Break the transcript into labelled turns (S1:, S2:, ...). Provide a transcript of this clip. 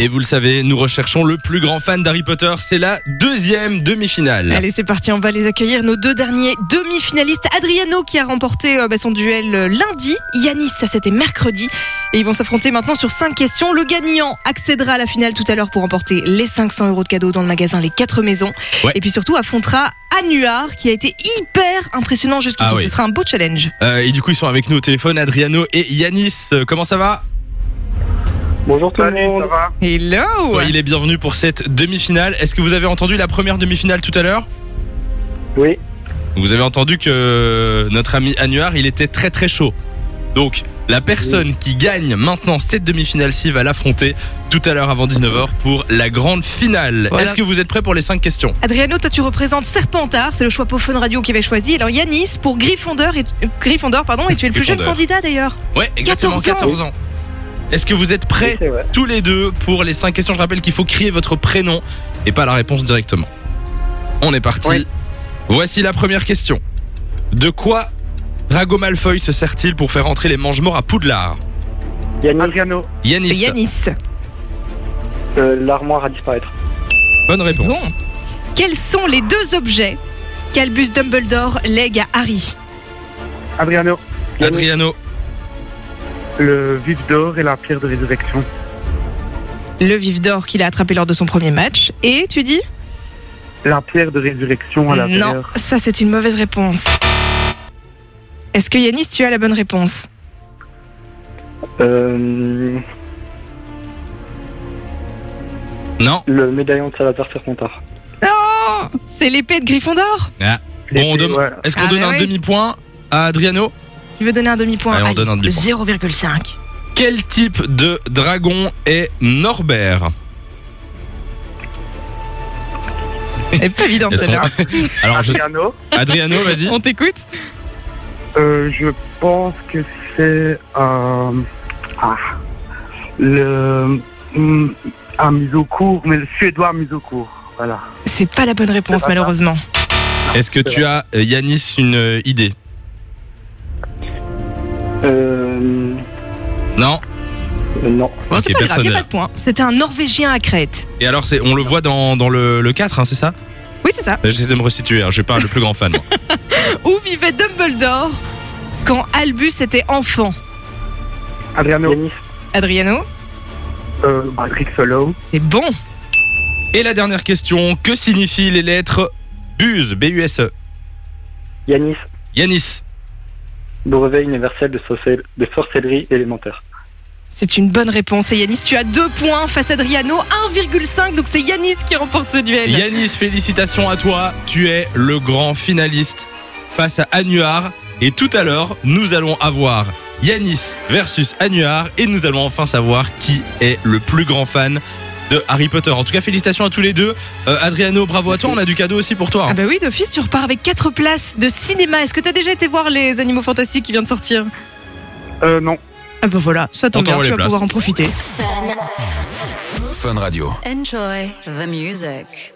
S1: Et vous le savez, nous recherchons le plus grand fan d'Harry Potter. C'est la deuxième demi-finale.
S2: Allez, c'est parti, on va les accueillir, nos deux derniers demi-finalistes. Adriano qui a remporté euh, bah, son duel euh, lundi, Yanis, ça c'était mercredi. Et ils vont s'affronter maintenant sur cinq questions. Le gagnant accédera à la finale tout à l'heure pour remporter les 500 euros de cadeaux dans le magasin Les Quatre Maisons.
S1: Ouais.
S2: Et puis surtout affrontera Annuar qui a été hyper impressionnant jusqu'ici.
S1: Ah oui.
S2: Ce sera un beau challenge.
S1: Euh, et du coup, ils sont avec nous au téléphone, Adriano et Yanis. Euh, comment ça va
S3: Bonjour tout le monde.
S4: va
S2: Hello
S1: Soyez les bienvenus pour cette demi-finale. Est-ce que vous avez entendu la première demi-finale tout à l'heure
S3: Oui,
S1: Vous avez entendu que euh, notre ami Annuar, il était très très chaud. Donc, la personne qui gagne maintenant cette demi-finale ci va l'affronter tout à l'heure avant 19h pour la grande finale.
S2: Voilà.
S1: Est-ce que vous êtes prêts pour les cinq questions
S2: Adriano, toi tu représentes Serpentard, c'est le choix pour Fun Radio qui avait choisi. Alors Yanis pour Gryffondor, et, euh, Gryffondor pardon, et tu es le plus jeune
S1: Gryffondor.
S2: candidat d'ailleurs.
S1: Ouais, exactement
S2: 14 ans.
S1: 14 ans. Est-ce que vous êtes prêts
S3: oui, c'est vrai.
S1: tous les deux pour les 5 questions. Je rappelle qu'il faut crier votre prénom et pas la réponse directement. On est parti.
S4: Oui.
S1: Voici la première question. De quoi Drago Malfoy se sert-il pour faire entrer les mange-morts à Poudlard
S3: Yannick,
S4: Adriano,
S1: Yanis,
S2: Yanis.
S3: euh, l'armoire à disparaître.
S1: bonne réponse.
S2: Bon. Quels sont les deux objets qu'Albus Dumbledore lègue à Harry
S4: Adriano,
S3: Yannick,
S1: Adriano,
S4: le vif d'or et la pierre de résurrection.
S2: Le vif d'or qu'il a attrapé lors de son premier match. Et tu dis
S4: La pierre de résurrection à
S2: Non,
S4: l'intérieur.
S2: ça c'est une mauvaise réponse. Est-ce que Yanis, tu as la bonne réponse
S3: euh,
S1: non.
S3: le médaillon de Salazar Serpentard.
S2: Non C'est l'épée de Gryffondor
S1: Bon, on
S4: Et puis,
S1: demande-
S4: ouais,
S1: Est-ce qu'on
S2: Ah,
S1: donne
S2: bah
S1: un
S2: oui.
S1: demi-point à Adriano
S2: Tu veux donner un demi-point
S1: Allez, on
S2: Allez,
S1: donne un demi-point.
S2: 0,5.
S1: Quel type de dragon est Norbert
S2: C'est pas évident
S1: Elles sont-
S2: celle-là.
S1: Alors, je...
S4: Adriano,
S1: Adriano, vas-y.
S2: On t'écoute
S4: euh, je pense que c'est euh, ah, le hum, à mise au cours, mais le suédois à mise au cours. Voilà.
S2: C'est pas la bonne réponse
S4: C'est pas ça.
S2: malheureusement.
S1: Est-ce que tu as, euh, Yanis, une euh, idée
S3: Euh,
S1: Non
S3: euh, non,
S2: Bon, c'est
S1: Ok,
S2: pas grave,
S1: personne
S2: y a
S1: n'est
S2: pas de point. C'était un Norvégien à Crète.
S1: Et alors, c'est, on le voit dans, dans le, le 4, hein, c'est ça
S2: Oui, c'est ça.
S1: J'essaie de me restituer, hein, je suis pas le plus grand fan. moi.
S2: Où vivait Dumbledore quand Albus était enfant
S4: Adriano,
S3: Yannis,
S2: Adriano
S4: euh, Patrick Solo,
S2: C'est bon.
S1: Et la dernière question, que signifient les lettres BUSE, B-U-S-E
S3: Yannis,
S1: E Yanis,
S3: brevet universel de, sorcell- de sorcellerie élémentaire.
S2: C'est une bonne réponse. Et Yanis, tu as deux points face à Adriano, 1,5. Donc c'est Yanis qui remporte ce duel.
S1: Yanis, félicitations à toi, tu es le grand finaliste face à Annuar. Et tout à l'heure, nous allons avoir Yanis versus Annuar et nous allons enfin savoir qui est le plus grand fan de Harry Potter. En tout cas, félicitations à tous les deux. Euh, Adriano, bravo à toi, on a du cadeau aussi pour toi. hein.
S2: Ah bah oui, d'office, tu repars avec quatre places de cinéma. Est-ce que t'as déjà été voir les Animaux Fantastiques qui vient de sortir
S4: euh, non.
S2: Ah bah voilà, soit
S1: On
S2: tombe bien,
S1: t'envoie
S2: tu
S1: les
S2: vas
S1: places.
S2: pouvoir en profiter.
S5: Enjoy the music.